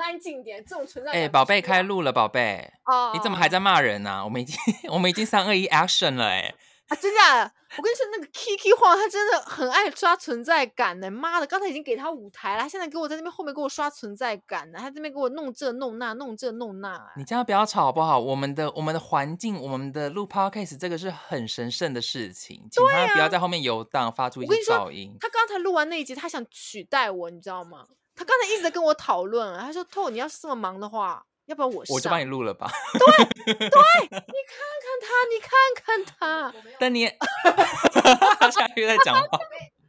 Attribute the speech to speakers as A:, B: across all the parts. A: 安静点，这种存在感
B: 哎、
A: 不需要。
B: 宝贝，开录了，宝贝，
A: 哦！
B: 你怎么还在骂人呢、啊我们已经 我们已经三二一 action 了、哎，
A: 啊？真的啊，我跟你说，那个 Kiki 晃他真的很爱刷存在感呢。妈的，刚才已经给他舞台了，他现在给我在那边后面给我刷存在感呢，他这边给我弄这弄那，弄这弄那。哎
B: 你这样不要吵好不好？我们的我们的环境，我们的录 podcast 这个是很神圣的事情，请他不要在后面游荡，发出一
A: 啊我跟
B: 些
A: 你说
B: 噪音。
A: 他刚才录完那一集，他想取代我，你知道吗？他刚才一直在跟我讨论，他说：“透，你要是这么忙的话，要不然我
B: 我就
A: 上
B: 帮你录了吧，
A: 你看看他，你看看
B: 但你也 下一个在讲话。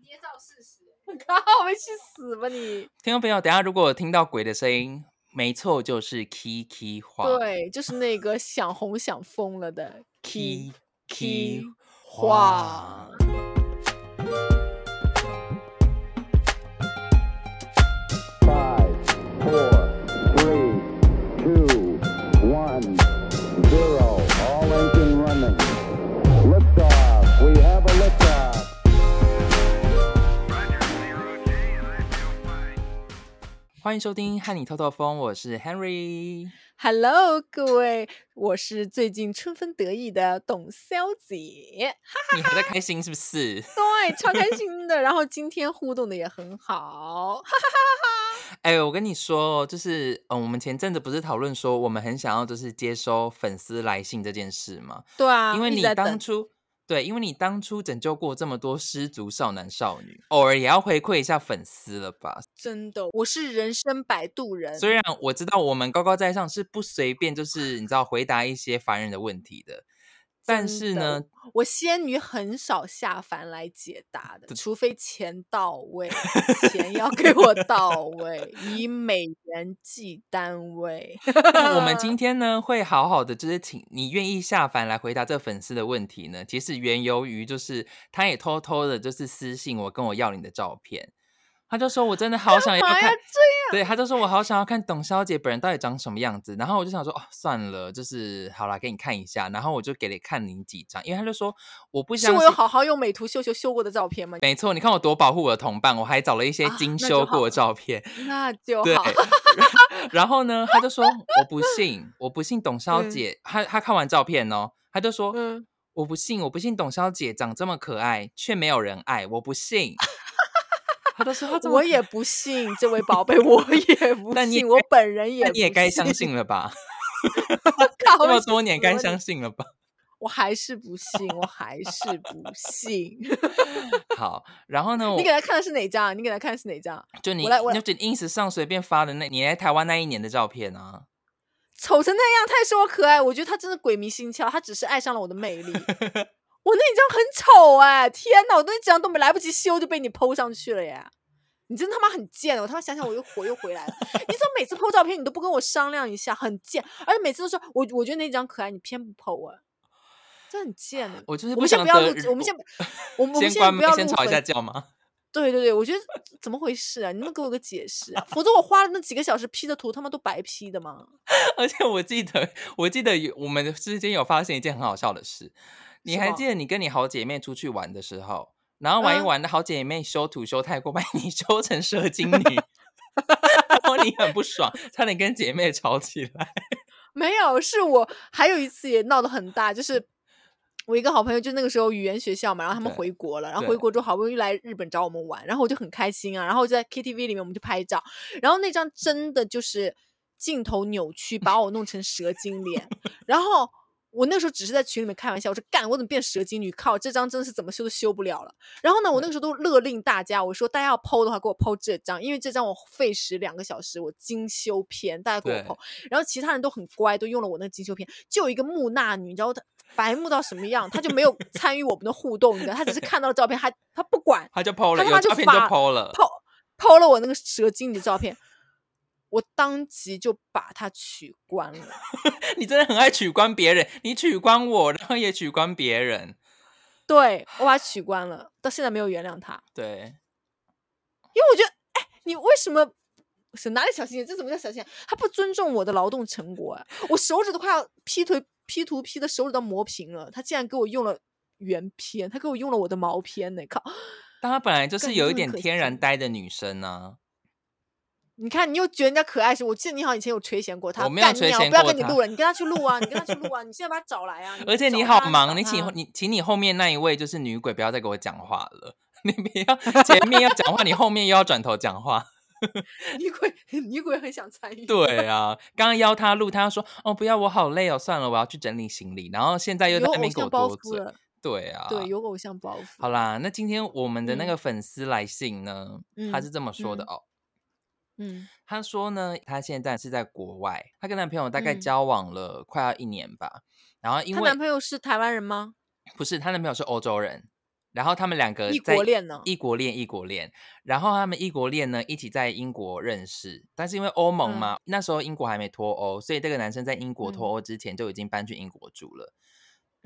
C: 捏造事实。
A: 他， 靠，没去死吧你！
B: 听众朋友，等一下如果有听到鬼的声音，没错，就是 Kiki 话。
A: 对，就是那个想红想疯了的 Key。
B: Kiki
A: 话
B: 话。
D: Five, four, three, two, one, zero. All engine running. Liftoff. We have a liftoff.
B: 欢迎收听《和你透透风》，我是 Henry。
A: Hello，各位，我是最近春风得意的董小姐，
B: 你还在开心是不是？
A: 对，超 开心的。然后今天互动的也很好，
B: 哎、我跟你说哦，就是嗯，我们前阵子不是讨论说我们很想要就是接收粉丝来信这件事吗？
A: 对啊，
B: 因为
A: 一直
B: 你
A: 在
B: 当
A: 等
B: 初对，因为你当初拯救过这么多失足少男少女，偶尔也要回馈一下粉丝了吧？
A: 真的，我是人生摆渡人，
B: 虽然我知道我们高高在上是不随便，就是你知道回答一些凡人的问题的，但
A: 真
B: 是
A: 的
B: 呢，
A: 我仙女很少下凡来解答的，除非钱到位，钱要给我到位，以美元计单 位。
B: 那 我们今天呢，会好好的，就是请你愿意下凡来回答这粉丝的问题呢。其实缘由于就是他也偷偷的，就是私信我跟我要你的照片，他就说我真的好想要
A: 嘛
B: 哎看，
A: 要
B: 对，他就说我好想要看董小姐本人到底长什么样子。然后我就想说，哦，算了，就是好啦，给你看一下。然后我就给了看你几张，因为他就说我不
A: 是
B: 相
A: 我有
B: 信。
A: 好好用美图秀秀修过的照片吗？
B: 没错，你看我多保护我的同伴，我还找了一些
A: 啊
B: 精
A: 那就
B: 修
A: 好
B: 过的照片，
A: 那就
B: 对
A: 好。，
B: 然后呢，他 就说我不信，我不信董小
A: 嗯
B: 姐。他他看完照片哦，他就说、
A: 嗯，
B: 我不信，我不信董小姐长这么可爱，却没有人爱，我 不信。他都 说他这么
A: 我
B: 可
A: 也不信，这位宝贝，我也 不
B: 但你
A: 信，
B: 也
A: 我本人也
B: 那你也
A: 不
B: 该相
A: 信。
B: 信了吧？
A: 靠，
B: 这么
A: 气
B: 多年
A: 死
B: 该
A: 我
B: 相
A: 你，
B: 信了吧？
A: 我还是不信，我还是不 信。
B: 好，然后呢，我
A: 你给他看的是哪张？你给他看的是哪张？
B: 就你
A: 我来我来
B: 你就 ins 上随便发的那你来台湾那一年的照片啊。
A: 丑成那样，他也说我可爱，我觉得他真的鬼迷心窍，他只是爱上了我的魅 力。我那一张很丑哎、天哪，我那几张都没来不及修就被你 PO 上去了耶！你真他妈很贱，我他妈想想我又火又回来了。你怎么每次 PO 照片你都不跟我商量一下，很贱，而且每次都说我我觉得那张可爱，你偏不 PO 啊，这很贱的。
B: 我就是
A: 我们先
B: 想
A: 不要
B: 得
A: 录，我们 先不，我们我们
B: 先
A: 先
B: 关
A: 不
B: 麦
A: 要，录
B: 先吵一
A: 粉
B: 下架吗？
A: 对对对，我觉得 怎么回事啊？你能给我个解释啊？否则我花了那几个小时 P 的图，他妈都白 P 的嘛。
B: 而且我记得，我记得有我们之间有发现一件很好笑的事，你
A: 什
B: 还
A: 么
B: 记得你跟你好姐妹出去玩的时候，然后玩一
A: 嗯
B: 玩，的好姐妹修图修太过，把你 修成蛇精女，然后你很不爽，差点跟姐妹吵起来。
A: 没有，是我还有一次也闹得很大，就是我一个好朋友，就那个时候语言学校嘛，然后他们
B: 对
A: 回国了，然后
B: 对
A: 回国之后好不容易来日本找我们玩，然后我就很开心啊，然后我就在 KTV 里面我们就拍照，然后那张真的就是镜头扭曲，把我弄成蛇精脸，然后。我那时候只是在群里面开玩笑，我说干，我怎么变蛇精女？靠，这张真是怎么修都修不了了。然后呢，我那个时候都勒令大家，我说大家要剖的话，给我剖这张，因为这张我费时两个小时，我精修篇，大家给我
B: 对
A: 剖。然后其他人都很乖，都用了我那个金修片，就有一个木讷女，你知道她白目到什么样，她就没有参与我们的互动，你知道，她只是看到了照片，她她不管，
B: 他就 PO 了，
A: 他
B: 有
A: 妈就
B: 照片就
A: 发
B: PO 了，
A: 抛抛了我那个蛇精的照片，我当即就把她取关了。
B: 你真的很爱取关别人，你取关我，然后也取关别人，
A: 对我把她取关了，到现在没有原谅她，
B: 对，
A: 因为我觉得，哎，你为什么？是哪里小心眼？这怎么叫小心眼？她不尊重我的劳动成果、啊，我手指都快要 P 图 P 图 P 的手指都磨平了，她竟然给我用了原片，她给我用了我的毛片呢、靠！
B: 但她本来就
A: 感
B: 是
A: 觉
B: 有
A: 真的
B: 一点
A: 可
B: 天然
A: 惜
B: 呆的女生呢、
A: 你看，你又觉得人家可爱是？我记得你好像以前有垂涎过他，
B: 我没有
A: 干
B: 垂
A: 你娘
B: 涎
A: 不要
B: 过
A: 跟你
B: 他
A: 录了，你跟他去录啊，你跟他去录啊，你现在把他找来啊。
B: 而且你
A: 找
B: 好
A: 他
B: 忙，
A: 找
B: 你请
A: 他
B: 你请你后面那一位就是女鬼，不要再给我讲话了。 你不要前面要讲话，你后面又要转头讲话。
A: 女鬼， 女鬼很想参与。
B: 对啊，刚刚邀他录，他说哦不要，我好累哦，算了，我要去整理行李。然后现在
A: 有
B: 又在那
A: 偶
B: 边给我
A: 像包
B: 多
A: 袱
B: 嘴。
A: 了，
B: 对啊，
A: 对，有偶像包袱。
B: 好啦，那今天我们的那个粉丝来信呢，他是这么说的
A: 嗯
B: 哦。
A: 嗯
B: 她说呢，她现在是在国外，她跟男朋友大概
A: 嗯
B: 交往了快要一年吧。然后因
A: 她
B: 为
A: 男朋友是台湾人吗？
B: 不是她男朋友是欧洲人，然后他们两个
A: 异
B: 在
A: 国恋呢
B: 异国恋，异国恋。然后他们异国恋呢，一起在英国认识，但是因为欧盟嘛，那时候英国还没脱欧，所以这个男生在英国脱
A: 嗯
B: 欧之前就已经搬去英国住了。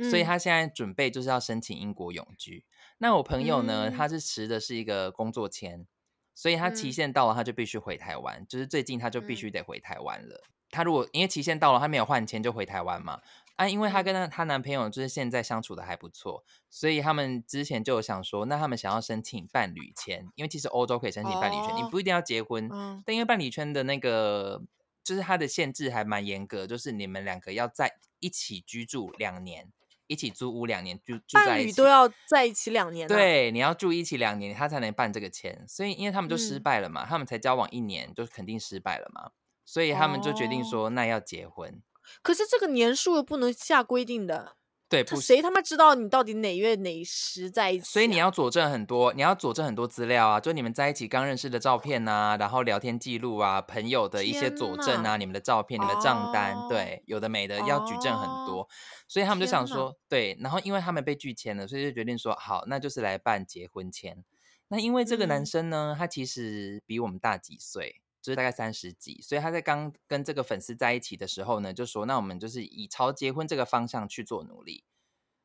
B: 所以
A: 嗯
B: 他现在准备就是要申请英国永居。那我朋友呢，
A: 嗯
B: 他是持的是一个工作签，所以他期
A: 嗯
B: 限到了，他就必须回台湾，就是最近他就必
A: 嗯
B: 须得回台湾了。他如果因为期限到了，他没有换签就回台湾嘛。啊，因为她
A: 嗯
B: 跟她她男朋友就是现在相处的还不错，所以他们之前就有想说，那他们想要申请伴侣签，因为其实欧洲可以申请伴侣签，
A: 哦
B: 你不一定要结婚，
A: 嗯
B: 但因为伴侣圈的那个就是它的限制还蛮严格，就是你们两个要在一起居住两年，一起租屋两年，住住在
A: 伴
B: 一
A: 侣
B: 起
A: 都要啊在一起两年、啊。，
B: 对，你要住一起两年，他才能办这个签。所以因为他们就失
A: 嗯
B: 败了嘛，他们才交往一年就肯定失败了嘛，所以他们就决定
A: 哦
B: 说那要结婚。
A: 可是这个年数又不能下规定的，
B: 对，
A: 他
B: 不
A: 谁他妈知道你到底哪月哪时在一起、啊
B: 所以你，要佐证很多，你要佐证很多资料啊，就你们在一起刚认识的照片啊，然后聊天记录啊，朋友的一些
A: 天
B: 佐证啊，
A: 呐
B: 你们的照片、你们的账单，
A: 哦
B: 对，有的没的要举证很多，所以他们就
A: 天
B: 想
A: 呐
B: 说，对，然后因为他们被拒签了，所以就决定说，好，那就是来办结婚签。那因为这个男
A: 嗯
B: 生呢，他其实比我们大几岁，就是大概三十几，所以他在刚跟这个粉丝在一起的时候呢，就说那我们就是以朝结婚这个方向去做努力。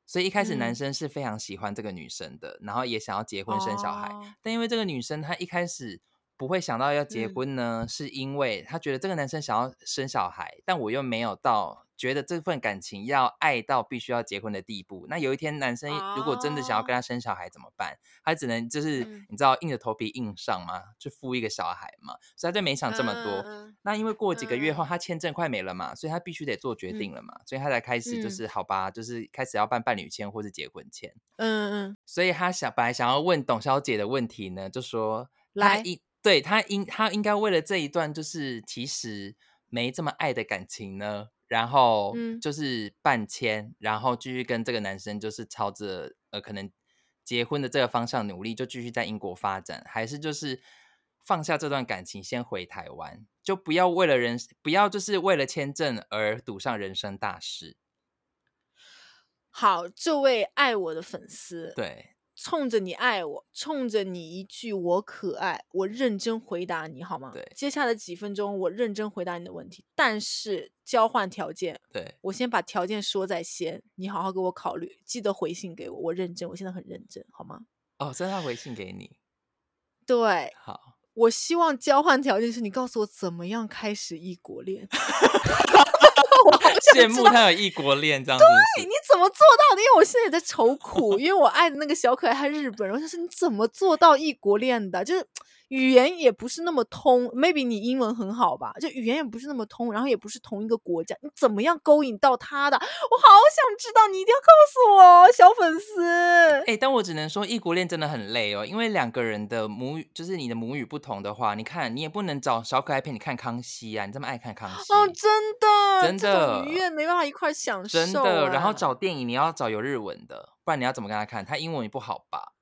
B: 所以一开始男
A: 嗯
B: 生是非常喜欢这个女生的，然后也想要结婚生小孩，
A: 哦
B: 但因为这个女生她一开始不会想到要结
A: 嗯
B: 婚呢，是因为她觉得这个男生想要生小孩，但我又没有到觉得这份感情要爱到必须要结婚的地步。那有一天男生如果真的想要跟
A: 哦
B: 她生小孩怎么办？他只能就是、
A: 嗯
B: 你知道硬着头皮硬上嘛，去孵一个小孩嘛，所以他就没想这么多。
A: 嗯
B: 那因为过几个月后，
A: 嗯
B: 他签证快没了嘛，所以他必须得做决
A: 嗯
B: 定了嘛，所以他才开始就
A: 嗯
B: 是好吧，就是开始要办伴侣签或是结婚签。
A: 嗯嗯，
B: 所以他想本来想要问董小姐的问题呢，就说他
A: 来
B: 应对他应他应该为了这一段就是其实没这么爱的感情呢，然后
A: 嗯
B: 就是半签，然后继续跟这个男生就是朝着呃可能结婚的这个方向努力，就继续在英国发展，还是就是放下这段感情，先回台湾，就不要为了人不要就是为了签证而赌上人生大事，
A: 好，这位爱我的粉丝，
B: 对。
A: 冲着你爱我，冲着你一句我可爱，我认真回答你好吗？
B: 对
A: 接下来几分钟我认真回答你的问题，但是交换条件，
B: 对，
A: 我先把条件说在先，你好好给我考虑，记得回信给我，我认真，我现在很认真，好吗？
B: 哦，真的回信给你，
A: 对，
B: 好，
A: 我希望交换条件是你告诉我怎么样开始异国恋。 我好
B: 羡
A: 想知
B: 慕
A: 道
B: 他有异国恋这样子是
A: 你
B: 不是。
A: 怎么做到的？因为我现在也在愁苦，因为我爱的那个小可爱他是日本人，我想说你怎么做到异国恋的？就是语言也不是那么通，maybe 你英文很好吧，就语言也不是那么通，然后也不是同一个国家，你怎么样勾引到他的？我好想知道，你一定要告诉我，小粉丝。
B: 哎、但我只能说异国恋真的很累哦，因为两个人的母语就是你的母语不同的话，你看你也不能找小可爱陪你看康熙啊，你这么爱看康熙，
A: 哦，真的，
B: 真
A: 这
B: 的
A: 种愉悦没办法一块儿享受、啊
B: 真的。然后，找电影你要找有日文的，不然你要怎么跟他看？他英文也不好吧？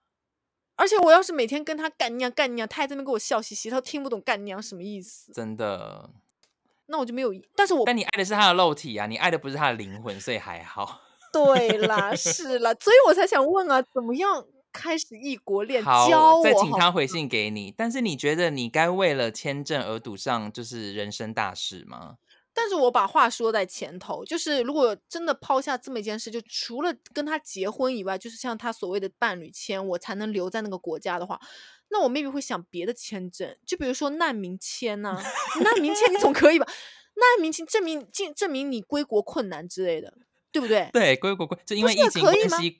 A: 而且我要是每天跟他干娘干娘，他还在那边给我笑嘻嘻，他听不懂干娘什么意思，
B: 真的。
A: 那我就没有，但是我
B: 但你爱的是他的肉体啊，你爱的不是他的灵魂，所以还好。
A: 对啦，是啦，所以我才想问啊，怎么样开始异国恋？
B: 好，
A: 教我
B: 再请
A: 好
B: 他回信给你。但是你觉得你该为了签证而赌上就是人生大事吗？
A: 但是我把话说在前头，就是如果真的抛下这么一件事，就除了跟他结婚以外，就是像他所谓的伴侣签，我才能留在那个国家的话，那我 maybe 会想别的签证，就比如说难民签呐、难民签你总可以吧？难民签证明证证明你归国困难之类的，对不对？
B: 对，归国归，就因为
A: 是也
B: 疫情
A: 可
B: 关
A: 以吗
B: 系，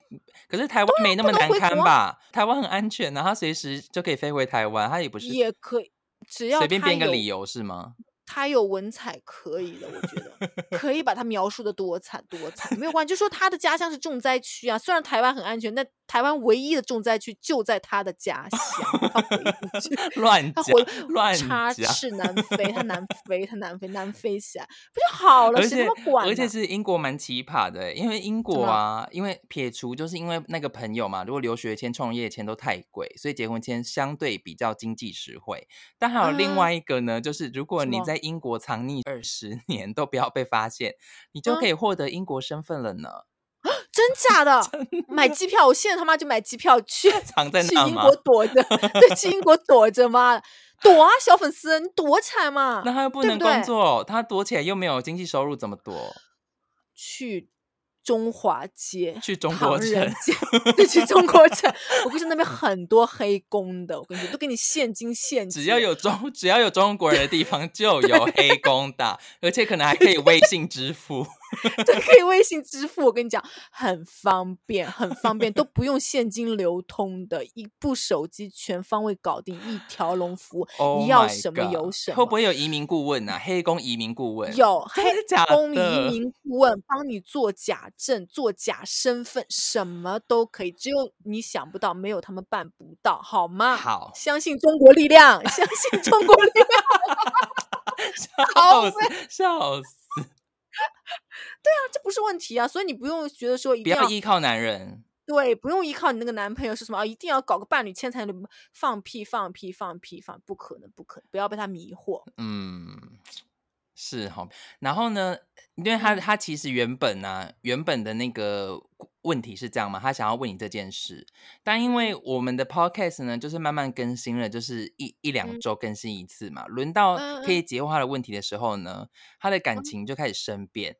B: 可是台湾没那么
A: 能
B: 难
A: 回
B: 堪
A: 国啊
B: 吧？台湾很安全啊，他随时就可以飞回台湾，他也不是
A: 也可以。只要
B: 随便
A: 他
B: 编个
A: 有
B: 理由是 吗？
A: 他有文采可以的，我觉得可以把他描述的多惨多惨，没有关系。就说他的家乡是重灾区啊，虽然台湾很安全，但台湾唯一的重灾区就在他的家乡。他回不 去
B: 乱
A: 他
B: 讲
A: 回
B: 乱
A: 插
B: 讲。
A: 翅难飞，他南飞，他南飞，南飞起来不就好了？
B: 而
A: 谁
B: 且
A: 他妈管
B: 而
A: 呢
B: 且是英国蛮奇葩的欸，因为英
A: 怎
B: 国
A: 么
B: 啊，因为撇除就是因为那个朋友嘛，如果留学签、创业签都太贵，所以结婚签相对比较经济实惠。但还有另
A: 啊
B: 外一个呢，就是如果
A: 什
B: 你
A: 么
B: 在英国藏匿二十年都不要被发现，你就
A: 啊
B: 可以获得英国身份了呢。
A: 真假的？买机票，我现在他妈就买机票去
B: 藏在
A: 去
B: 那
A: 英
B: 吗
A: 国躲着，对，去英国躲着嘛，躲啊，小粉丝，你躲起来嘛。
B: 那他又不
A: 对
B: 能
A: 不对
B: 工作，他躲起来又没有经济收入，怎么躲？
A: 去中华街，
B: 去中
A: 唐
B: 国
A: 人
B: 城
A: 街，对，去中国城。我跟你说，那边很多黑工的，我跟你说，都给你现金现金。
B: 只要有中只要有中国人的 地方就有黑工打，而且可能还可以微信支付。
A: 对，可以微信支付。我跟你讲，很方便，很方便，都不用现金流通的，一部手机全方位搞定，一条龙服务，
B: Oh
A: 你要
B: my
A: 什么有
B: God
A: 什么。
B: 会不会有移民顾问啊？黑工移民顾问
A: 有
B: 真
A: 黑
B: 的假
A: 公
B: 的
A: 移民顾问帮你做假证、做假身份，什么都可以，只有你想不到，没有他们办不到，好吗？
B: 好
A: 相信中国力量，相信中国力量。
B: 笑死笑死！
A: 这不是问题啊，所以你不用觉得说一
B: 不
A: 定要
B: 要依靠男人，
A: 对，不用依靠你那个男朋友是什么啊，一定要搞个伴侣签才能放屁放屁放屁放，不可能不可能，不要被他迷惑。
B: 嗯，是哈。然后呢，因为
A: 嗯
B: 他他其实原本呢、原本的那个问题是这样嘛，他想要问你这件事，但因为我们的 podcast 呢，就是慢慢更新了，就是一一两
A: 嗯
B: 周更新一次嘛。轮到
A: 嗯
B: 可
A: 嗯
B: 以
A: 哦
B: 解惑他的问题的时候呢，他的感情就开始生变，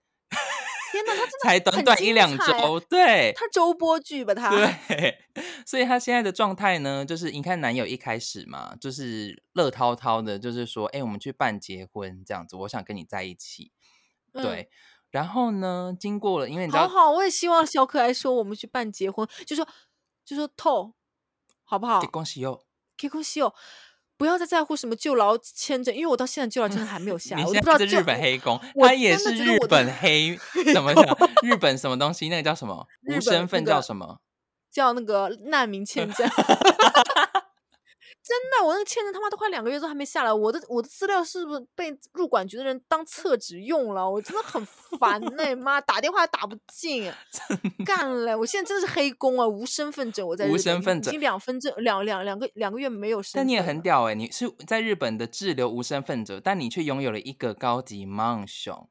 A: 天哪，他真的
B: 才短
A: 很
B: 短
A: 精
B: 一两
A: 彩
B: 周，对，
A: 他周播剧吧他。
B: 对， 所以她现在的状态呢，就是你看男友一开始嘛，就是乐滔滔的，就是说，哎、我们去办结婚这样子，我想跟你在一起。
A: 嗯
B: 对，然后呢，经过了，因为你知
A: 好
B: 道，
A: 好，我也希望小可爱说我们去办结婚，就说就说透，好不好
B: 结？恭喜哟，
A: 结婚西哦，不要再在乎什么旧牢签证，因为我到现在旧牢签证还没有下来，
B: 你
A: 我都
B: 现
A: 不知道
B: 在是
A: 旧
B: 日本黑工，
A: 我
B: 他也
A: 真的
B: 是
A: 觉得
B: 日
A: 我的
B: 本黑什么的，日本什么东西，那个叫什么？
A: 日
B: 无
A: 本
B: 身
A: 那
B: 份叫
A: 个
B: 什么？
A: 叫那个难民签证。真的，我那个签证他妈都快两个月都还没下来，我的我的资料是不是被入管局的人当厕纸用了？我真的很烦呢、妈打电话也打不进，干嘞！我现在真的是黑工啊，无身份证，我在日
B: 无
A: 本
B: 身
A: 已
B: 份
A: 已
B: 证
A: 经两分证两两两个两个月没有身份了，
B: 但你也很屌哎、你是在日本的滞留无身份者，但你却拥有了一个高级 m 熊。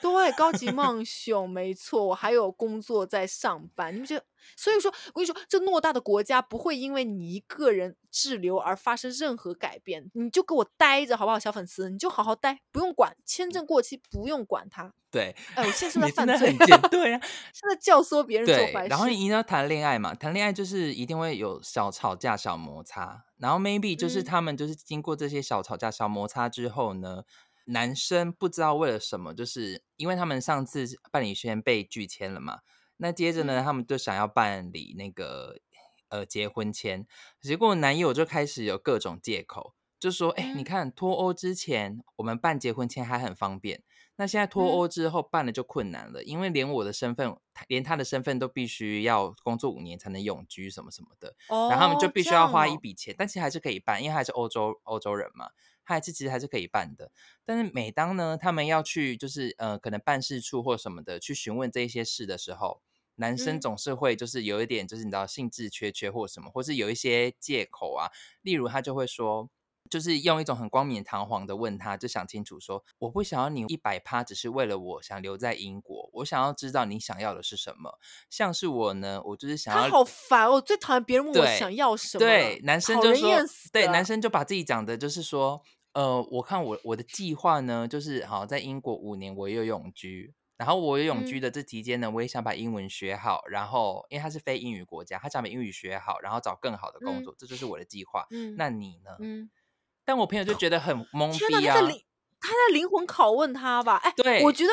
A: 对，高级梦想没错，我还有工作在上班。你们觉得？所以说，我跟你说，这偌大的国家不会因为你一个人滞留而发生任何改变。你就给我待着，好不好，小粉丝？你就好好待，不用管签证过期，不用管它。
B: 对，
A: 哎，我现在是不
B: 你
A: 是在犯
B: 真的
A: 罪
B: 很，贱，对啊，
A: 是在教唆别人做
B: 对
A: 坏，事。
B: 然后你一定要谈恋爱嘛，谈恋爱就是一定会有小吵架、小摩擦，然后 maybe 就是
A: 嗯
B: 他们就是经过这些小吵架、小摩擦之后呢，男生不知道为了什么，就是因为他们上次办理轩被拒签了嘛，那接着
A: 嗯
B: 呢，他们就想要办理那个呃结婚签，结果男友就开始有各种借口，就说：“哎、你
A: 嗯
B: 看脱欧之前我们办结婚签还很方便。”那现在脱
A: 嗯
B: 欧之后办了就困难了，因为连我的身份，他连他的身份都必须要工作五年才能永居什么什么的，
A: 哦，
B: 然后他们就必
A: 这
B: 须要
A: 样
B: 花一
A: 哦
B: 笔钱，但其实还是可以办，因为他还是欧洲欧洲人嘛，他还是其实还是可以办的。但是每当呢他们要去就是呃可能办事处或什么的去询问这一些事的时候，男生
A: 嗯
B: 总是会就是有一点就是你知道兴致缺缺或什么，或是有一些借口啊，例如他就会说。就是用一种很冠冕堂皇的问他，就想清楚说，我不想要你一百趴，只是为了我想留在英国，我想要知道你想要的是什么。像是我呢，我就是想
A: 他
B: 要
A: 好烦哦，我最讨厌别人问我
B: 对
A: 想要什么了。
B: 对，男生
A: 讨
B: 就
A: 人
B: 说
A: 厌死，
B: 对，男
A: 了
B: 生就把自己讲的就是说，呃，我看我我的计划呢，就是好在英国五年，我有永居。然后我有永
A: 嗯
B: 居的这期间呢，我也想把英文学好。然后，因为他是非英语国家，他想把英语学好，然后找更好的工
A: 嗯
B: 作，这就是我的计划。
A: 嗯
B: 那你呢？
A: 嗯。
B: 但我朋友就觉得很懵
A: 天呐，
B: 逼
A: 他在
B: 啊
A: 灵，他在灵魂拷问他吧？哎，
B: 对
A: 我觉得，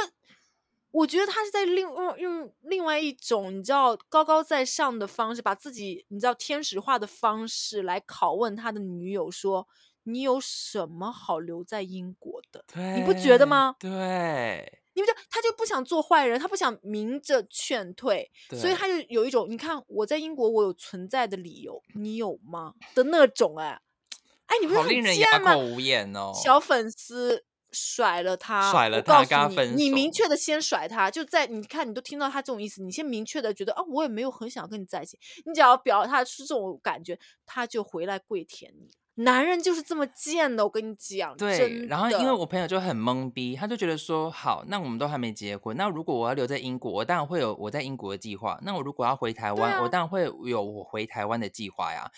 A: 我觉得他是在另用用另外一种你知道高高在上的方式，把自己你知道天使化的方式来拷问他的女友说，你有什么好留在英国的？
B: 对，
A: 不觉得吗
B: 对，
A: 你不就他就不想做坏人，他不想明着劝退，所以
B: 对
A: 他就有一种你看我在英国我有存在的理由，你有吗的那种哎，哎，你不是
B: 好
A: 很
B: 令人
A: 贱
B: 哑
A: 吗
B: 口无言哦。
A: 小粉丝甩了他，
B: 甩
A: 我
B: 了
A: 告
B: 他
A: 诉
B: 跟他
A: 你
B: 分
A: 你明
B: 手
A: 确的先甩他，就在你看，你都听到他这种意思，你先明确的觉得啊，我也没有很想跟你在一起，你只要表达出这种感觉，他就回来跪舔你。男人就是这么贱的，我跟你讲，
B: 对，
A: 真
B: 然后因为
A: 的
B: 我朋友就很懵逼，他就觉得说，好，那我们都还没结婚，那如果我要留在英国，我当然会有我在英国的计划。那我如果要回台湾，
A: 啊
B: 我当然会有我回台湾的计划呀。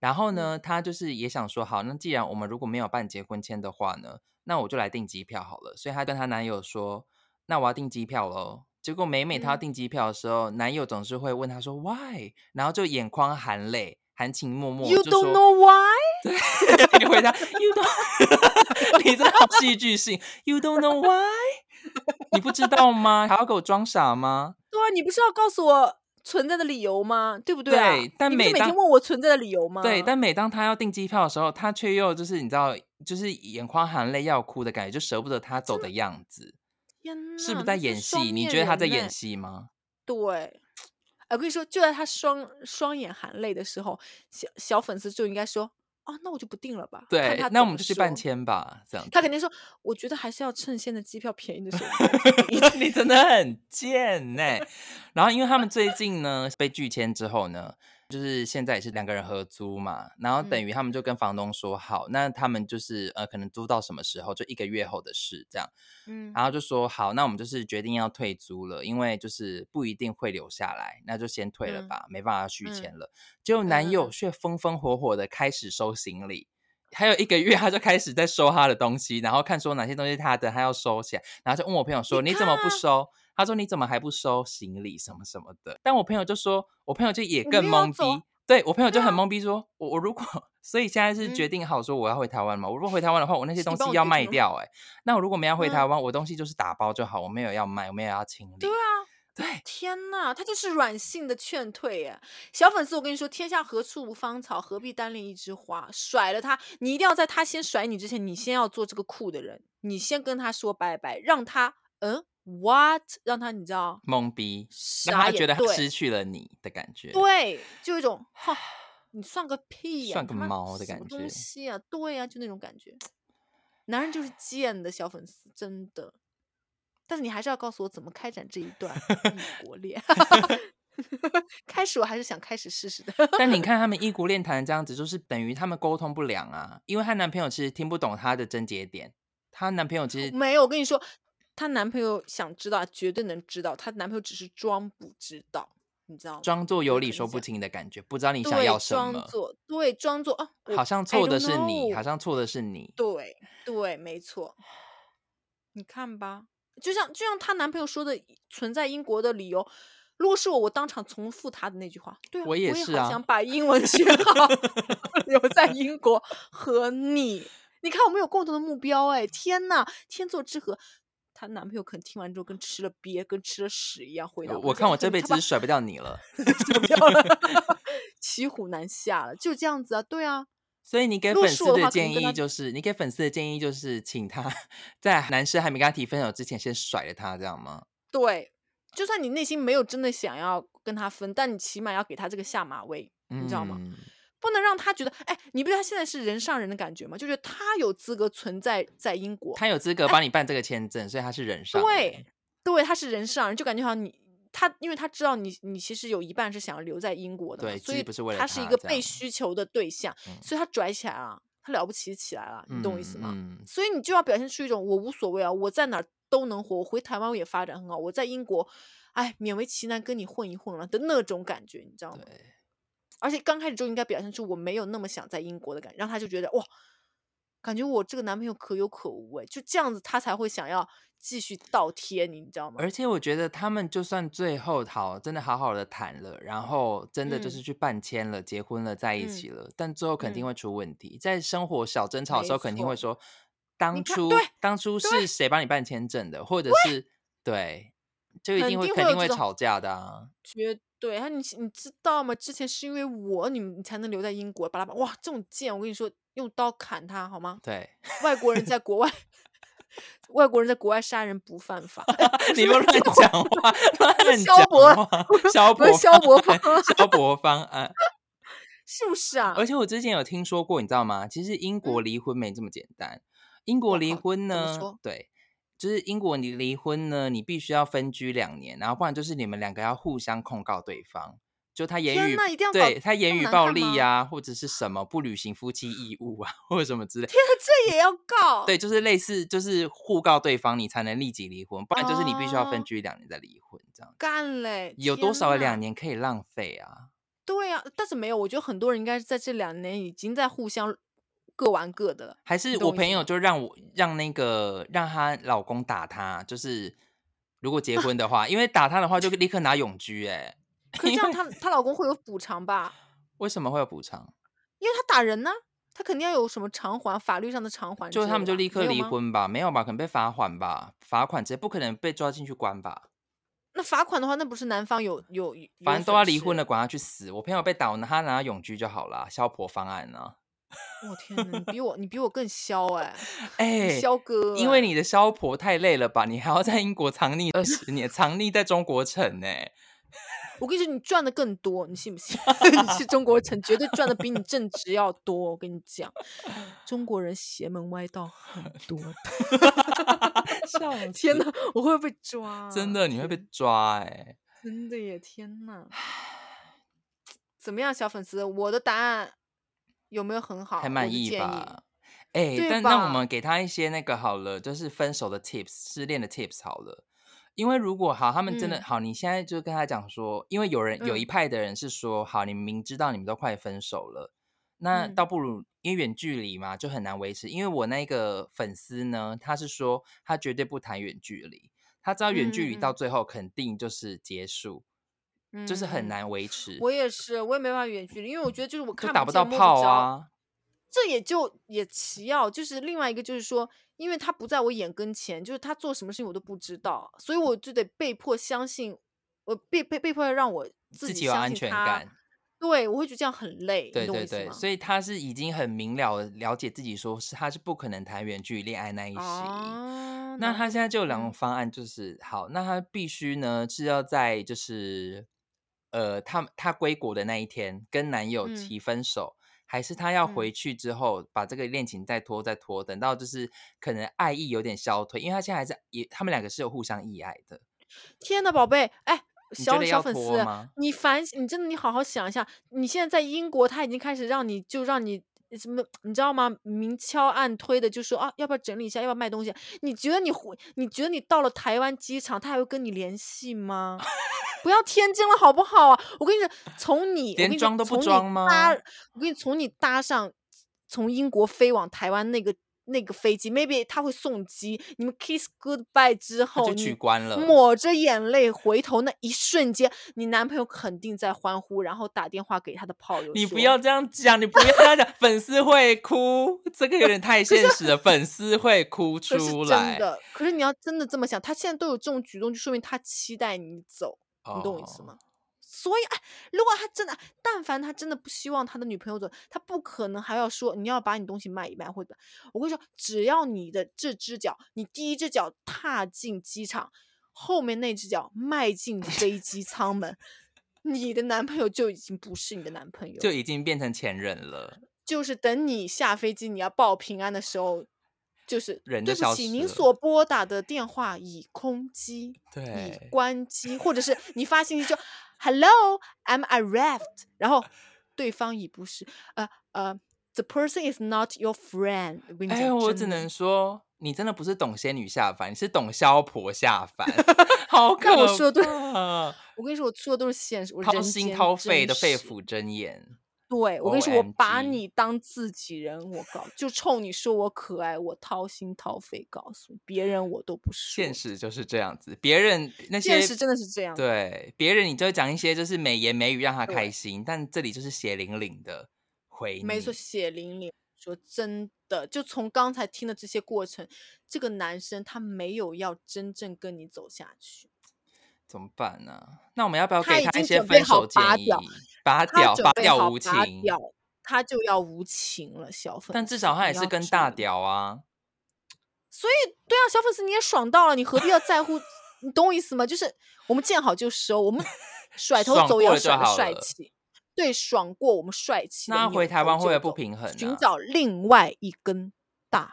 B: 然后呢，
A: 嗯
B: 他就是也想说，好，那既然我们如果没有办结婚签的话呢，那我就来订机票好了。所以她跟她男友说，那我要订机票喽。结果每每她要
A: 嗯
B: 订机票的时候，男友总是会问她说 why，然后就眼眶含泪，含情脉脉，
A: ，You
B: 就说
A: don't know why，
B: 你回答 You don't，你真 的好戏剧性。You don't know why，你不知 道吗？还要给我装傻吗？
A: 对啊，你不是要告诉我存在的理由吗？对不对啊？
B: 对但
A: 你不是
B: 每
A: 每
B: 当
A: 天问我存在的理由吗？
B: 对，但每当他要订机票的时候，他却又就是你知道，就是眼眶含泪要哭的感觉，就舍不得他走的样子，
A: 天
B: 是
A: 呐
B: 不是
A: 那
B: 在演
A: 嗯双
B: 戏？你
A: 面
B: 觉得他
A: 人
B: 在
A: 哎
B: 演戏吗？
A: 对，哎，我跟你说，就在他双双眼含泪的时候，小小粉丝就应该说：“哦，那我就不定了吧。”看
B: 对
A: 他，怎
B: 那我们
A: 么
B: 就去办
A: 说。
B: 签吧，这样子。
A: 他肯定说：“我觉得还是要趁现在机票便宜的时候 订一
B: 你真的很贱呢、然后，因为他们最近呢被拒签之后呢，就是现在也是两个人合租嘛，然后等
A: 嗯
B: 于他们就跟房东说好，那他们就是呃可能租到什么时候，就一个月后的事这样。
A: 嗯
B: 然后就说好，那我们就是决定要退租了，因为就是不一定会留下来，那就先退了
A: 嗯
B: 吧，没办法续
A: 嗯
B: 签了。结果男友却风风火火的开始收行李。还有一个月，他就开始在收他的东西，然后看说哪些东西他的，他要收起来，然后就问我朋友说：“
A: 你
B: 你怎么
A: 看
B: 不
A: 啊
B: 收？”他说：“你怎么还不收行李什么什么的？”但我朋友就说，我朋友就也
A: 我
B: 更
A: 没有要
B: 懵
A: 走啊
B: 逼，对我朋友就
A: 对
B: 很
A: 啊
B: 懵逼说，我我如果 所以现在是决
A: 嗯
B: 定好说我要回台湾嘛，我如果回台湾的话，我那些
A: 你
B: 东
A: 帮
B: 西
A: 我
B: 要
A: 订
B: 卖
A: 什么
B: 掉、欸，那我如果没有回
A: 嗯
B: 台湾，我东西就是打包就好，我没有要卖，我没有要清理。
A: 对啊，
B: 对，
A: 天呐，他就是软性的劝退耶！小粉丝，我跟你说，天下何处无芳草，何必单恋一枝花？甩了他，你一定要在他先甩你之前，你先要做这个酷的人，你先跟他说拜拜，让他嗯 what，让他你知道
B: 懵逼，让
A: 傻
B: 他
A: 眼，
B: 觉得他
A: 对
B: 失去了你的感觉。
A: 对，就有一种哈，你算个屁呀、
B: 算
A: 你
B: 个
A: 他妈
B: 毛的
A: 什
B: 感
A: 么
B: 觉
A: 东西啊？对呀、就那种感觉。男人就是贱的小粉丝，真的。但是你还是要告诉我怎么开展这一 段异国恋。 开始我还是想开始试试的。
B: 但你看他们异国恋谈这样子，就是等于他们沟通不良啊，因为她男朋友其实听不懂她的症结点，她男朋友其实
A: 没有，我跟你说，她男朋友想知道，绝对能知道。她男朋友只是装不知道，你知道吗？
B: 装作有
A: 有
B: 理
A: 可能
B: 说
A: 这
B: 不
A: 样
B: 清的感觉，不知道你想
A: 对
B: 要，什
A: 装
B: 么，
A: 作对，装作啊，我
B: 好像
A: I
B: 错的
A: don't
B: 是你，好
A: know
B: 像错的是你。
A: 对对，没错。 你看吧，就像就像她男朋友说的，存在英国的理由。如果是我，我当场重复他的那句话。对啊，
B: 我
A: 我
B: 也是
A: 好
B: 啊
A: 想把英文学 好，留在英国和你。你看，我们有共同的目标哎！天呐，天作之合。她男朋友可能听完之后跟吃了鳖、跟吃了屎一样回答
B: 呃我
A: 她
B: 我
A: 说
B: 看
A: 哎
B: 我
A: 哥
B: 这
A: 你
B: 辈
A: 他
B: 子
A: 妈
B: 是甩不掉你了，
A: 不掉了， 骑虎难下了，就这样子啊，对啊，
B: 所以你给
A: 如果
B: 粉
A: 是
B: 丝
A: 我的话可
B: 建
A: 能跟
B: 议
A: 他
B: 就是，你给粉丝的建议就是，请他 在男生还没跟他提分手之前，先甩了他，这样吗？
A: 对，就算你内心没有真的想要跟他分，但你起码要给他这个下马威，你知道吗？
B: 嗯
A: 不能让他觉得，哎，你不觉得他现在是人上人的感觉吗？就觉得他有资格存在在英国，
B: 他有资格帮你办这个签证，所以他是人上人
A: 对，对，他是人上人，就感觉好像你他，因为他知道你，你其实有一半是想要留在英国的嘛，
B: 对
A: 所
B: 其实
A: 以
B: 不是为了
A: 他是一
B: 他
A: 个
B: 这
A: 被
B: 样
A: 需求的对象，
B: 嗯
A: 所以他拽起来了，他了不起起来了，你懂我意思吗？
B: 嗯嗯
A: 所以你就要表现出一种我无所谓啊，我在哪儿都能活，我回台湾我也发展很好，我在英国，哎，勉为其难跟你混一混了的那种感觉，你知道吗？
B: 对，
A: 而且刚开始就应该表现出我没有那么想在英国的感觉，让他就觉得哇，感觉我这个男朋友可有可无哎，就这样子他才会想要继续倒贴你，你知道吗？
B: 而且我觉得他们就算最后好，真的好好的谈了，然后真的就是
A: 嗯
B: 去办签了、结婚了、在一起了，但最后肯定
A: 嗯
B: 会出问题。在生活小争吵的
A: 没
B: 时候，肯定会
A: 错
B: 说，当
A: 看
B: 初
A: 对
B: 当初
A: 对
B: 是谁帮你办签证的，或者是对，就一
A: 肯
B: 定会
A: 定
B: 肯
A: 会有这
B: 定会
A: 种
B: 吵架的啊。
A: 绝对。他你你知道吗？之前是因为我你你才能留在英国，巴拉巴拉哇，这种贱，我跟你说，用刀砍他好吗？
B: 对，
A: 外国人在国外，外国人在国外杀人不犯 法。哎
B: 你不要乱 讲话，乱
A: 萧
B: 讲
A: 伯
B: 话，萧
A: 不是
B: 伯，
A: 萧伯
B: 方
A: 方
B: 案，萧伯方案。
A: 是不是啊？
B: 而且我之前有听说过，你知道吗？其实英国离婚没这么简单。英国
A: 哇
B: 离
A: 靠
B: 婚
A: 嗯怎么
B: 呢
A: 说，
B: 对，就是英国你离婚呢，你必须要分居两年，然后不然就是你们两个要互相控告对方，就他言
A: 天
B: 语
A: 呐一定要搞
B: 对他言
A: 这么
B: 语
A: 难
B: 暴
A: 看吗
B: 力呀、或者是什么不履行夫妻义务啊，或者什么之类。
A: 这也要告？
B: 对，就是类似就是互告对方，你才能立即离婚，不然就是你必须要分
A: 哦
B: 居两年再离婚这样。
A: 干嘞！
B: 有多
A: 天
B: 少的
A: 呐
B: 两？年可以浪费啊？
A: 对啊，但是没有，我觉得很多人应该是在这两年已经在互相各玩各的了。
B: 还是
A: 你懂
B: 我
A: 意
B: 朋
A: 思
B: 友
A: 吗
B: 就让我让那个让她老公打她，就是如果结婚的话，因为打她的话就立刻拿永居、哎，
A: 可是这样她她老公会有补偿吧？
B: 为什么会有补偿？
A: 因为他打人呢、他肯定要有什么偿还，法律上的偿还之
B: 就
A: 类的吧。
B: 是他们就立刻
A: 没有
B: 离
A: 吗。
B: 婚吧？没有吧？可能被罚款吧？罚款直接不可能被抓进去关吧？
A: 那罚款的话，那不是男方有有，有
B: 反正都要离
A: 损失
B: 婚了，。管他去死！我朋友被打，我拿他拿他永居就好啦，消婆方案啊呢、
A: 我天呐，你比我你比我更 消哎、
B: 哎、
A: 肖哥哎、
B: 因为你的消婆太累了吧？你还要在英国藏匿二十年，藏匿在中国城呢、欸
A: 我跟你说，你赚的更多，你信不 信？你去中国城，绝对赚的比你正职要多。我跟你讲，中国人邪门歪道很多的。
B: 笑
A: 天呐，我会被抓！
B: 真的，你会被
A: 啊天
B: 抓哎、
A: 真的耶！天呐，怎么样，小粉丝？我的答案有没有很好？
B: 还
A: 我
B: 满
A: 的
B: 意
A: 建议
B: 吧？哎、
A: 对
B: 但那我
A: 吧
B: 们给他一些那个好了，就是分手的 tips，失恋的 tips 好了。因为如果好，他们真的、
A: 嗯
B: 好，你现在就跟他讲说，因为有人有一
A: 嗯
B: 派的人是说，好，你明知道你们都快分手了，那
A: 嗯
B: 倒不如因为远距离嘛，就很难维持。因为我那个粉丝呢，他是说他绝对不谈远距离，他知道远距
A: 嗯
B: 离
A: 嗯嗯
B: 到最后肯定就是结束，就是很
A: 嗯
B: 难维持，
A: 我也是，我也没办法远距离，因为我觉得就是我
B: 就
A: 看
B: 打不
A: 见
B: 到
A: 摸
B: 炮
A: 着
B: 啊。
A: 这也就也奇要，就是另外一个就是说，因为他不在我眼跟前，就是他做什么事情我都不知道，所以我就得被迫相信，我被被被迫要让我
B: 自己
A: 己
B: 有
A: 相
B: 安
A: 信
B: 全
A: 他
B: 感，
A: 对我会觉得这样很累，
B: 对
A: 你懂我
B: 对
A: 意思
B: 对，
A: 吗？
B: 所以他是已经很明了地了解自己，说是他是不可能谈远距离恋爱那一席。
A: 啊，
B: 那
A: 难
B: 他现在就有
A: 嗯
B: 两种方案，就是好，那他必须呢是要在就是呃，他他归国的那一天跟男友
A: 嗯
B: 提分手，还是他要
A: 嗯
B: 回去之后把这个恋情再拖再拖，等到就是可能爱意有点消退，因为他现在还是也他们两个是有互相意爱的，
A: 天呐，宝贝，哎，
B: 你
A: 小
B: 觉得
A: 小
B: 要
A: 粉
B: 拖
A: 丝，
B: 吗？
A: 你反省，你真的你好好想一下，你现在在英国，他已经开始让你就让你什么，你知道吗？明敲暗推的就说啊，要不要整理一下，要不要卖东西？你觉得你回，你觉得你到了台湾机场，他还会跟你联系吗？不要天真了好不好啊！我跟你讲，从你我
B: 连
A: 跟你
B: 装
A: 讲
B: 都不
A: 从你
B: 装吗
A: 搭我跟你从你搭上从英国飞往台湾那个那个飞机，maybe 他会送机，你们 kiss goodbye 之
B: 他
A: 后，
B: 就取
A: 哦你
B: 关了。
A: 抹着眼泪回头那一瞬间，你男朋友肯定在欢呼，然后打电话给他的炮友。
B: 你不要，这样讲，你不要这样讲，粉丝会哭，这个有点太现实了，粉丝会哭
A: 可是
B: 出
A: 真
B: 来。
A: 的，可是你要真的这么想，他现在都有这种举动，就说明他期待你走，你懂我意思
B: 哦
A: 吗？所以，哎，如果他真的，但凡他真的不希望他的女朋友走，他不可能还要说你要把你东西卖一卖或者，我跟你说，只要你的这只脚，你第一只脚踏进机场，后面那只脚迈进飞机舱门，你的男朋友就已经不是你的男朋友了，
B: 就已经变成前任了，
A: 就是等你下飞机，你要报平安的时候，就是
B: 人
A: 对
B: 就消
A: 不起，
B: 失
A: 您
B: 了
A: 所拨打的电话已空机，已
B: 对，
A: 关机，或者是你发信息 就 “Hello, I'm arrived”，然后对方已不是呃呃，the person is not your friend。我跟你
B: 哎、
A: 讲，
B: 我
A: 真
B: 只
A: 的
B: 能说，你真的不是懂仙女下凡，你是懂萧婆 下凡，好可
A: 那我说对
B: 怕
A: 我跟你说，我说的都是现实，我
B: 掏
A: 人
B: 心
A: 间
B: 掏
A: 真
B: 肺的肺
A: 实
B: 腑真言。
A: 对，我跟你说，我把
B: OMG
A: 你当自己人，我告，就冲你说我可爱，我掏心掏肺告诉你，别人我都不说。
B: 现实就是这样子，别人那些
A: 现实真的是这样的
B: 对，别人你就会讲一些就是美言美语让他开
A: 对
B: 心，但这里就是血淋淋的回
A: 没错，
B: 你
A: 血淋淋。说真的，就从刚才听的这些过程，这个男生他没有要真正跟你走下去，
B: 怎么办呢、那我们要不要
A: 他
B: 给
A: 已
B: 他一
A: 经
B: 些
A: 准备
B: 分
A: 好
B: 手
A: 拔
B: 建议
A: 掉？
B: 拔
A: 他
B: 掉，
A: 准
B: 拔
A: 备好
B: 无情
A: 拔。掉，他就要无情了，小粉丝。
B: 但至少他也
A: 你
B: 是
A: 要
B: 跟
A: 知
B: 大
A: 道
B: 屌啊，
A: 所以，对啊，小粉丝你也爽到了，你何必要在乎？你懂我意思吗？就是我们见好就收， 我们甩头
B: 爽
A: 走
B: 过
A: 也要
B: 了就
A: 甩的
B: 好
A: 帅
B: 了
A: 气。对，爽过我们帅气的扭
B: 那
A: 头就走。
B: 回台湾会不会不平衡
A: 寻
B: 啊
A: 找另外一根大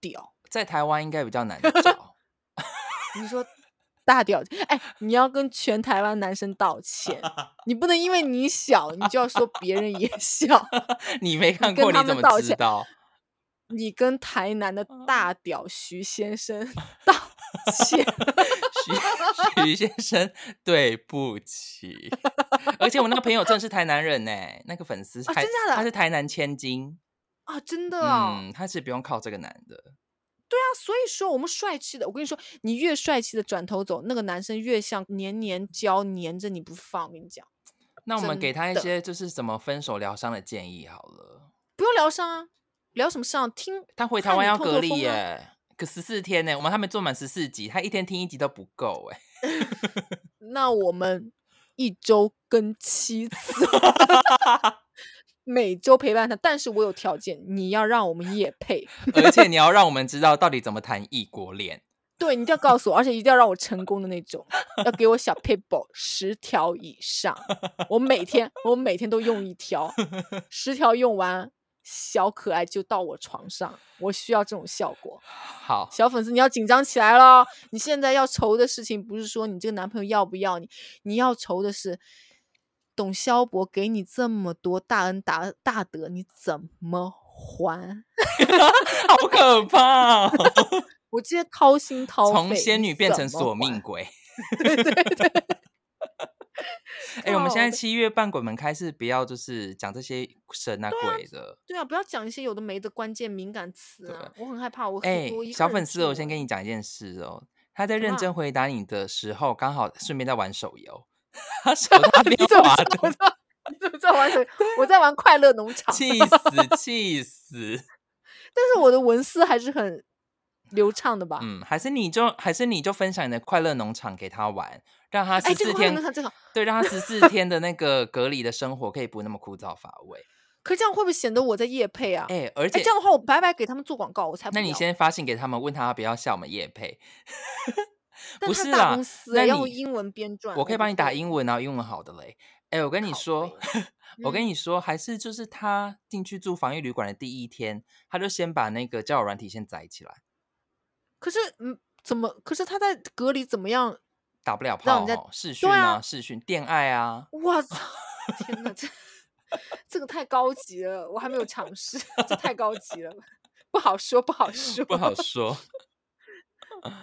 A: 屌。
B: 在台湾应该比较难找。
A: 你说大屌，哎，你要跟全台湾男生道歉，你不能因为你小，你就要说别人也小。
B: 你没看
A: 跟
B: 过，
A: 他
B: 你怎
A: 们
B: 么
A: 道
B: 知
A: 歉
B: 道？
A: 你跟台南的大屌徐先生 道歉。
B: 徐 徐先生，对不起。而且我那个朋友真的是台南人呢、那个粉丝
A: 啊
B: 台、
A: 真假的
B: 他是台南千金，
A: 啊，真的啊、
B: 嗯，他是不用靠这个男的。
A: 那所以说，我们帅气的，我跟你说，你越帅气的转头走，那个男生越像黏黏胶粘着你不放。我跟你讲，
B: 那我们给
A: 真
B: 他一
A: 的
B: 些就是怎么分手疗伤的建议好了。
A: 不用疗伤啊，聊什么伤？啊听
B: 他回台
A: 看
B: 湾
A: 你
B: 要
A: 透
B: 隔
A: 透
B: 离
A: 风啊
B: 耶、可十四天呢、我们还没做满十四集，他一天听一集都不够 哎、
A: 那我们一周更七次，每周陪伴他。但是我有条件，你要让我们夜配，
B: 而且你要让我们知道到底怎么谈异国恋。
A: 对你一定要告诉我，而且一定要让我成功的那种，要给我小 paper 十条以上。我每天我每天都用一条，十条用完，小可爱就到我床上。我需要这种效果。
B: 好，
A: 小粉丝，你要紧张起来了。你现在要愁的事情不是说你这个男朋友要不要你，你要愁的是董潇博给你这么多大恩大大德，你怎么还？
B: 好可 怕、哦，
A: 我直接掏心掏肺，
B: 从仙
A: 你
B: 女变
A: 怎
B: 成
A: 么
B: 索
A: 还
B: 命。 鬼。对对对。哎，我们现在
A: 靠
B: 七月半鬼门开是不要就是讲这些神啊鬼的。
A: 对啊，不要讲一些有的没的关键敏感词
B: 对
A: 啊，我很害怕。我
B: 哎、
A: 很多一个
B: 小
A: 人
B: 粉
A: 住
B: 丝，我先
A: 哎
B: 跟你讲一件事哦。他在
A: 怎么啊
B: 认
A: 啦
B: 真回答你的时候，刚好顺便在玩手 游，他手他边
A: 你怎么
B: 滑
A: 知道我
B: 的，
A: 在 你怎么在玩 手机？我在玩快乐农场，
B: 气死气死。
A: 但是我的文思还是很流畅的吧？
B: 嗯，还是你就还是你就分享你的快乐农场给他玩，让他
A: 哎
B: 十
A: 这
B: 四
A: 个快乐
B: 天
A: 农场，正好。
B: 对，让他十四天的那个隔离的生活可以不那么枯燥乏味。
A: 可这样会不会显得我在夜配啊？哎、
B: 哎、而且
A: 这样的话我白白给他们做广告，我才不
B: 那你
A: 要
B: 先发信给他们，问他要不要下我们夜配。
A: 但
B: 不
A: 他
B: 是
A: 大
B: 啦
A: 公司
B: 那
A: 哎要
B: 你
A: 用英文编撰
B: 我可以
A: 我
B: 帮
A: 不
B: 你打
A: 会
B: 英文啊，英文好的嘞。哎，我跟你
A: 靠嗯
B: 说，我跟你说，还是就是他进去住防疫旅馆的第一天，他就先把那个交友软体先载起来，
A: 可是嗯，怎么？可是他在隔离怎么样？
B: 打不了
A: 让
B: 炮
A: 人家
B: 哦，视讯
A: 啊
B: 视讯恋爱啊，
A: 我操！天哪，这这个太高级了，我还没有尝试，这太高级了，不好说，不好说，
B: 不好说。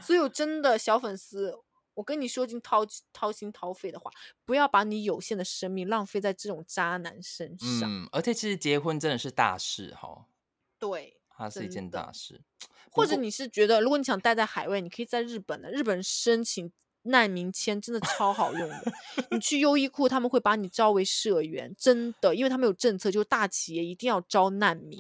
A: 所以，我真的小粉丝，我跟你说句掏掏心掏肺的话，不要把你有限的生命浪费在这种渣男身上。
B: 嗯，而且其实结婚真的是大事哈、哦，
A: 对，
B: 它是一
A: 真
B: 件
A: 的
B: 大事。
A: 或者你是觉得，如果你想待在海外，你可以在日本的，日本申请。难民签真的超好用的，你去优衣库他们会把你招为社员，真的，因为他们有政策，就是大企业一定要招难民，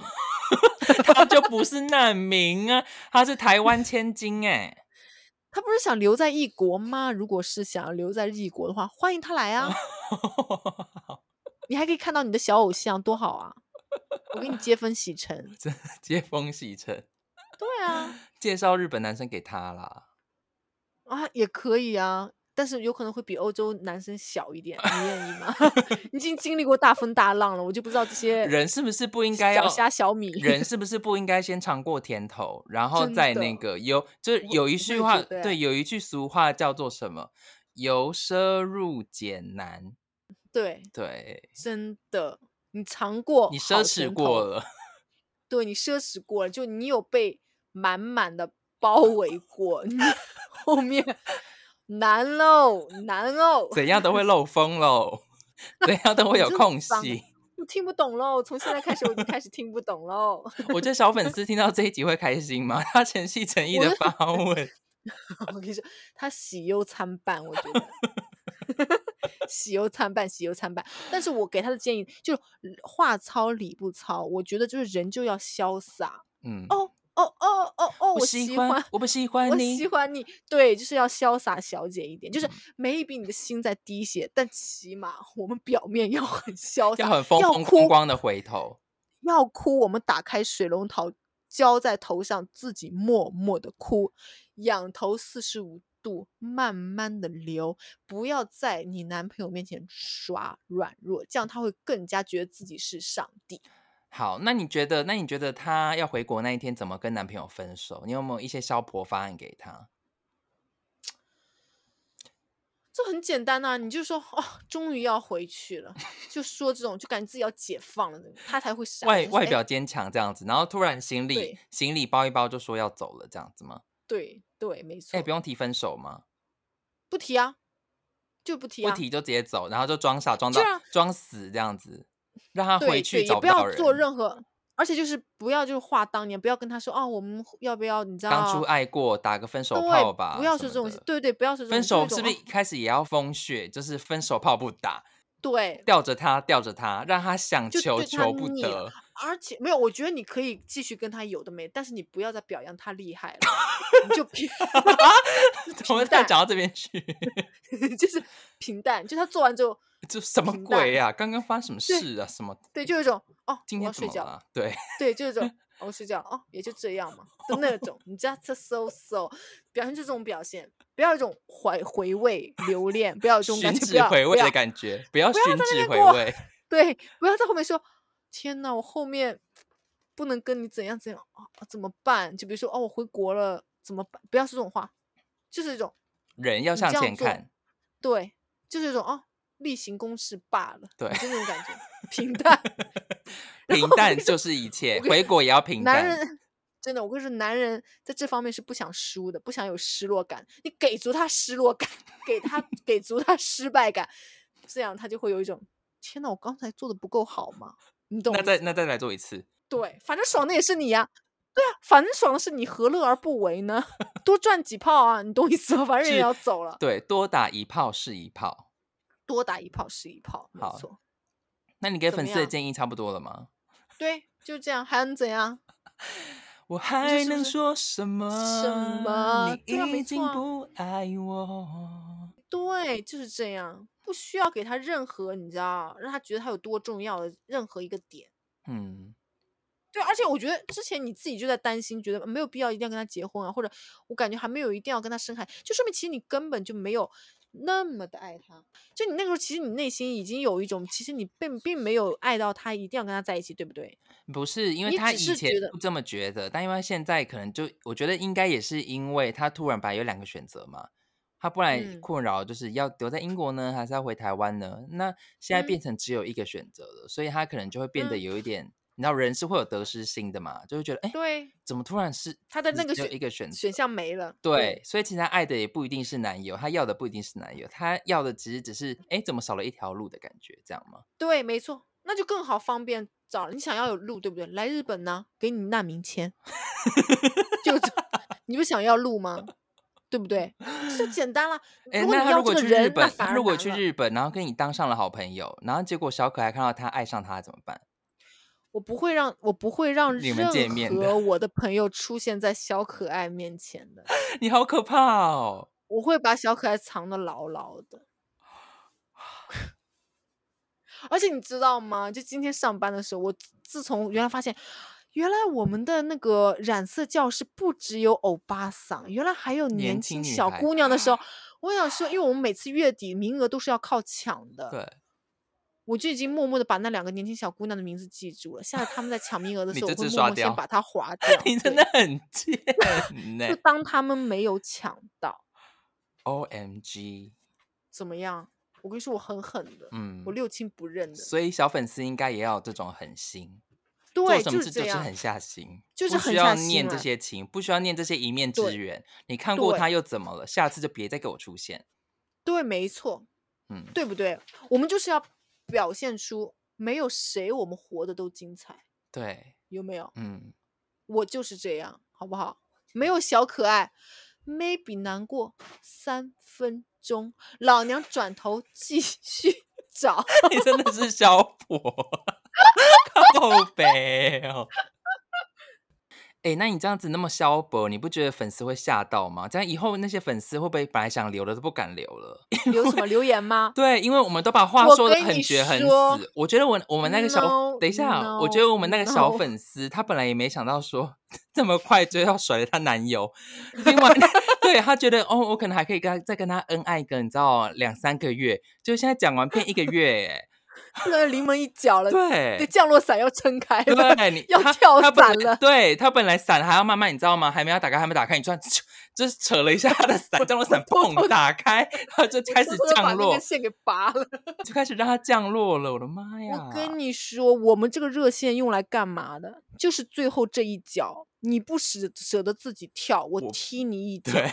B: 他就不是难民啊，他是台湾千金哎、
A: 他不是想留在异国吗？如果是想要留在异国的话，欢迎他来啊！你还可以看到你的小偶像，多好啊！我给你接风洗 尘。
B: 接风洗尘，
A: 对啊，
B: 介绍日本男生给他 啦。
A: 啊也可以啊，但是有可能会比欧洲男生小一点，你愿意吗？ 你已经经历过大风大浪了，我就不知道这些
B: 人是不是不应该要
A: 小虾小米
B: 人是不是不应该先尝过甜头，然后
A: 真
B: 再那
A: 的
B: 个由就是
A: 我
B: 有一
A: 我
B: 句
A: 也
B: 话，
A: 觉得
B: 对，有一句俗话叫做什么？由奢入俭难。
A: 对，
B: 对
A: 真的，你尝过
B: 你
A: 哦好
B: 奢侈
A: 甜
B: 过
A: 头，
B: 了，
A: 对你奢侈过了，就你有被满满的包围过， 你后面难喽，难喽。
B: 怎样都会漏风喽， 怎样都会
A: 你
B: 有
A: 真
B: 空
A: 脏
B: 隙。
A: 我听不懂喽，从现在开始我已经开始听不懂喽。
B: 我觉得小粉丝听到这一集会开心吗？他诚心诚意
A: 我
B: 的
A: 就
B: 发问，
A: 我跟你说，他喜忧参半，我觉得 喜忧参半，喜忧参半。但是我给他的建议就是话糙理不糙，我觉得就是人就要潇洒。
B: 嗯，
A: 哦哦哦哦哦，
B: 我
A: 喜
B: 喜欢， 我不喜欢
A: 我
B: 你嗯
A: 喜，欢你，对，就是要潇洒小姐一点，就是 maybe 你的心在滴血，但起码我们表面要很潇洒，
B: 要很风风
A: 哭
B: 光光的回头。
A: 要哭，我们打开水龙头浇在头上，自己默默的哭，仰头四十五度，慢慢的流，不要在你男朋友面前耍软弱，这样他会更加觉得自己是上帝。
B: 好，那你觉得，那你觉得她要回国那一天怎么跟男朋友分手？你有没有一些消婆方案给她？
A: 这很简单呐、你就说哦，终于要回去了，就说这种，就感觉自己要解放了，他才会闪。
B: 外
A: 就是
B: 外
A: 哎
B: 表坚强这样子，然后突然行李
A: 对
B: 行李包一包就说要走了这样子吗？
A: 对对，没错。
B: 哎、不用提分手吗？
A: 不提啊，就不提
B: 不
A: 啊，
B: 提就直接走，然后就装傻装到
A: 就让
B: 装死这样子，让他
A: 对
B: 回去
A: 对，也
B: 找
A: 不
B: 到
A: 要
B: 人。
A: 做任何，而且就是不要就是话当年，不要跟他说哦，我们要不要你知道
B: 当初爱过，打个分手炮
A: 对，
B: 吧，
A: 不要
B: 什
A: 说
B: 么
A: 这种
B: 的，
A: 对对，不要说这种哦啊
B: 分手是不是
A: 是
B: 一开始也要风雪？就是分手炮不打，
A: 对，
B: 吊着他，吊着他，让他想
A: 就
B: 求
A: 对他
B: 求不
A: 腻
B: 得
A: 了。而且没有，我觉得你可以继续跟他有的没，但是你不要再表扬他厉害了，你就 平
B: 我们
A: 平
B: 再
A: 淡
B: 讲到这边去，
A: 就是平淡，就他做完之后，
B: 就什么
A: 平淡
B: 鬼啊？刚刚发生什么事啊？什么？
A: 对，就有一种哦，
B: 今
A: 我
B: 天
A: 要
B: 怎
A: 睡
B: 么
A: 觉，
B: 了？对，
A: 对，就是 这种，我睡觉哦，也就这样嘛，就那种，你知道这 so so 表现就这种表现，不要有一种怀回味、留恋，不要有这种
B: 寻
A: 感觉，不
B: 止
A: 要
B: 回
A: 不
B: 味的
A: 要
B: 感觉，不要
A: 不要
B: 寻
A: 在那
B: 止
A: 边
B: 回
A: 给我
B: 味。
A: 对，不要在后面说，天呐，我后面不能跟你怎样怎样啊，怎么办？就比如说哦，我回国了怎么办？不要说这种话，就是一种
B: 人要
A: 你
B: 向
A: 这样
B: 前
A: 做
B: 看，
A: 对，就是一种哦，例行公事罢了，
B: 对
A: 就那种感觉， 平淡。然
B: 平
A: 后我
B: 淡
A: 跟你
B: 就
A: 说
B: 是一切，
A: 我跟
B: 回国也要平
A: 男
B: 淡。
A: 人 真的，我跟你说，男人在这方面是不想输的，不想有失落感。你给足他失落感，给他给足他失败感，这样他就会有一种天呐，我刚才做的不够好吗？你懂我
B: 那
A: 意思吗？
B: 再那再来做一次，
A: 对，反正爽的也是你呀、对啊，反正爽的是你，何乐而不为呢？ 多赚几炮啊，你懂我意思吗？反正
B: 是
A: 也要走了，
B: 对，多打一炮是一炮。
A: 多打一炮是一炮，没
B: 好
A: 错。
B: 那你给
A: 怎
B: 粉
A: 么
B: 丝的
A: 样
B: 建议差不多了吗？
A: 对，就这样，还能怎样？
B: 我
A: 这
B: 还
A: 是不
B: 能
A: 是
B: 说什么？
A: 么
B: 你
A: 对啊没
B: 已
A: 错
B: 经
A: 啊
B: 不爱我。
A: 对，就是这样，不需要给他任何你知道，让他觉得他有多重要的任何一个点。
B: 嗯，
A: 对，而且我觉得之前你自己就在担心，觉得没有必要一定要跟他结婚啊，或者我感觉还没有一定要跟他生孩子，就说明其实你根本就没有那么的爱他。就你那个时候，其实你内心已经有一种，其实你并并没有爱到他，一定要跟他在一起，对不对？
B: 不是，因为
A: 你
B: 他
A: 只
B: 以
A: 是
B: 前
A: 觉得
B: 不这么觉得，但因为他现在可能就，我觉得应该也是因为他突然本来有两个选择嘛，他不然
A: 嗯
B: 困扰就是要留在英国呢，还是要回台湾呢？那现
A: 嗯
B: 在变成只有一个选择了，所以他可能就会变得
A: 嗯
B: 有一点，你知道人是会有得失心的嘛，就会觉得哎，
A: 对，
B: 怎么突然是
A: 他的
B: 只
A: 那个
B: 只有
A: 选
B: 一个选择？
A: 选项没了。
B: 对，所以其实他爱的也不一定是男友，他要的不一定是男友，他要的其实只是哎，怎么少了一条路的感觉，这样吗？
A: 对，没错，那就更好方便找了。你想要有路，对不对？来日本呢，给你难民签， 就这你不想要路吗？对不对？这就简单了。
B: 哎、
A: 如果
B: 那
A: 你
B: 他
A: 要这
B: 如果
A: 个
B: 去日
A: 人，那
B: 本，
A: 反
B: 他
A: 而
B: 如果
A: 难
B: 去
A: 了
B: 日本，然后跟你当上了好朋友，然后结果小可爱看到他爱上他怎么办？
A: 我不会让我不会让
B: 你们见面
A: 任
B: 的
A: 何我的朋友出现在小可爱面前的，
B: 你好可怕哦！
A: 我会把小可爱藏得牢牢 的。而且你知道吗？就今天上班的时候，我自自从原来发现，原来我们的那个染色教室不只有欧巴桑，原来还有
B: 年
A: 年
B: 轻
A: 轻
B: 女
A: 小
B: 孩
A: 姑娘的时候，我想说，因为我们每次月底名额都是要靠抢的，
B: 对，
A: 我就已经默默的把那两个年轻小姑娘的名字记住了。下次他们在抢名额的
B: 你
A: 时候，
B: 这
A: 我会
B: 次
A: 默
B: 刷
A: 默
B: 掉
A: 先把它划掉。
B: 你真
A: 对
B: 的哎很贱 呢、
A: 就当他们没有抢到，
B: O M G，
A: 怎么样？我跟你说，我很狠的，
B: 嗯
A: 我，六亲不认的。
B: 所以小粉丝应该也要有这种狠心，
A: 对，
B: 做
A: 就
B: 什么事
A: 是这
B: 就是
A: 样，
B: 狠下心，
A: 就是
B: 不
A: 狠
B: 需
A: 下
B: 要
A: 心
B: 念这
A: 了
B: 些情，不需要念这些一面之
A: 对
B: 缘。你看过
A: 对
B: 他又怎么了？下次就别再给我出现。
A: 对，没错，
B: 嗯，
A: 对不对？我们就是要表现出没有谁我们活得都精彩，
B: 对，
A: 有没有？
B: 嗯，
A: 我就是这样，好不好？没有小可爱，maybe 难过三分钟，老娘转头继续 找。
B: 你真的是 小婆，靠北哦。哎、那你这样子那么消薄，你不觉得粉丝会吓到吗？这样以后那些粉丝会不会本来想留的都不敢留了？
A: 留什么留言吗？
B: 对，因为我们都把话
A: 我
B: 说的
A: 跟
B: 很
A: 你
B: 绝很
A: 说
B: 死。我觉得我我们那个小
A: No,
B: 等一下啊我觉得我们那个小
A: no,
B: 粉丝，她本来也没想到说 这么快就要甩了她男友，另外， 对她觉得哦，我可能还可以跟她再跟她恩爱个你知道两三个月，就现在讲完变一个月、 哎，
A: 那临门一脚了，
B: 对
A: 对，降落伞要撑开了，
B: 对，你
A: 呃要
B: 他
A: 跳
B: 他本
A: 伞
B: 来
A: 了
B: 对他本来伞还要慢慢，你知道吗？还没有打开，还没打开，你突然就是扯了一下他的伞，降落伞砰打开，然后就开始
A: 偷偷地把
B: 降
A: 那
B: 落
A: 根，线给拔了。
B: 就开始让它降落了。我的妈哎呀！
A: 我跟你说，我们这个热线用来干嘛的？就是最后这一脚，你不舍舍得自己跳，我
B: 我
A: 踢你一脚。
B: 对，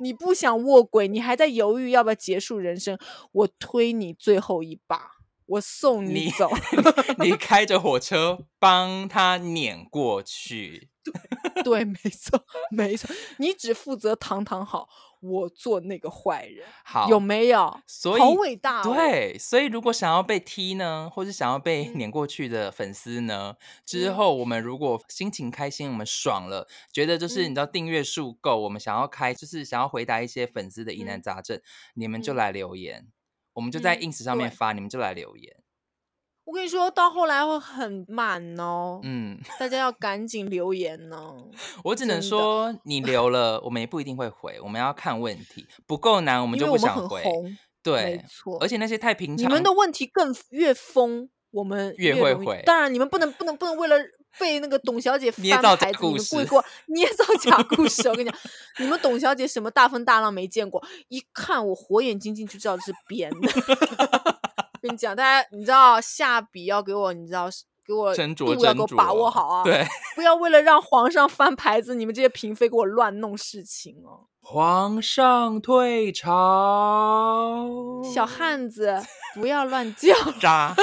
A: 你不想卧轨，你还在犹豫要不要结束人生，我推你最后一把，我送
B: 你
A: 你走。
B: 你开着火车帮他碾过去，
A: 对，没错，没错，你只负责堂堂好，我做那个坏人，
B: 好
A: 有没有？
B: 所以
A: 好伟大、哦，，
B: 对，所以如果想要被踢呢，或是想要被撵过去的粉丝呢，之
A: 嗯
B: 后我们如果心情开心，我们爽了，觉得就是你
A: 嗯
B: 知道订阅数够，我们想要开，就是想要回答一些粉丝的疑难
A: 嗯
B: 杂症，你们就
A: 嗯
B: 来留言，我们就在
A: 嗯
B: ins 上面
A: 对
B: 发，你们就来留言。
A: 我跟你说到后来会很满哦，
B: 嗯，
A: 大家要赶紧留言哦。
B: 我只
A: 真
B: 能
A: 的
B: 说你留了，我们也不一定会回，我们要看问题，不够难我们
A: 因
B: 就
A: 为
B: 不
A: 我们
B: 想
A: 很
B: 回。
A: 红，没
B: 对，
A: 错，
B: 而且那些太平
A: 你
B: 常，
A: 们的问题更越疯，我们
B: 越会
A: 容易
B: 回
A: 当然，你们不能不能不能为了被那个董小姐
B: 捏
A: 翻
B: 造
A: 牌
B: 假
A: 子，你们故
B: 故
A: 意
B: 事
A: 给我 捏造假故事。我跟你讲，你们董小姐什么大风大浪没见过，一看我火眼金睛就知道这是编的。 跟你讲，大家你知道下笔要给我，你知道给我
B: 斟
A: 度
B: 酌
A: 要
B: 斟
A: 给我
B: 酌，
A: 把握好啊，
B: 对。
A: 不要为了让皇上翻牌子，你们这些嫔妃给我乱弄事情哦。
B: 皇上退朝，
A: 小汉子，不要乱叫。
B: 渣。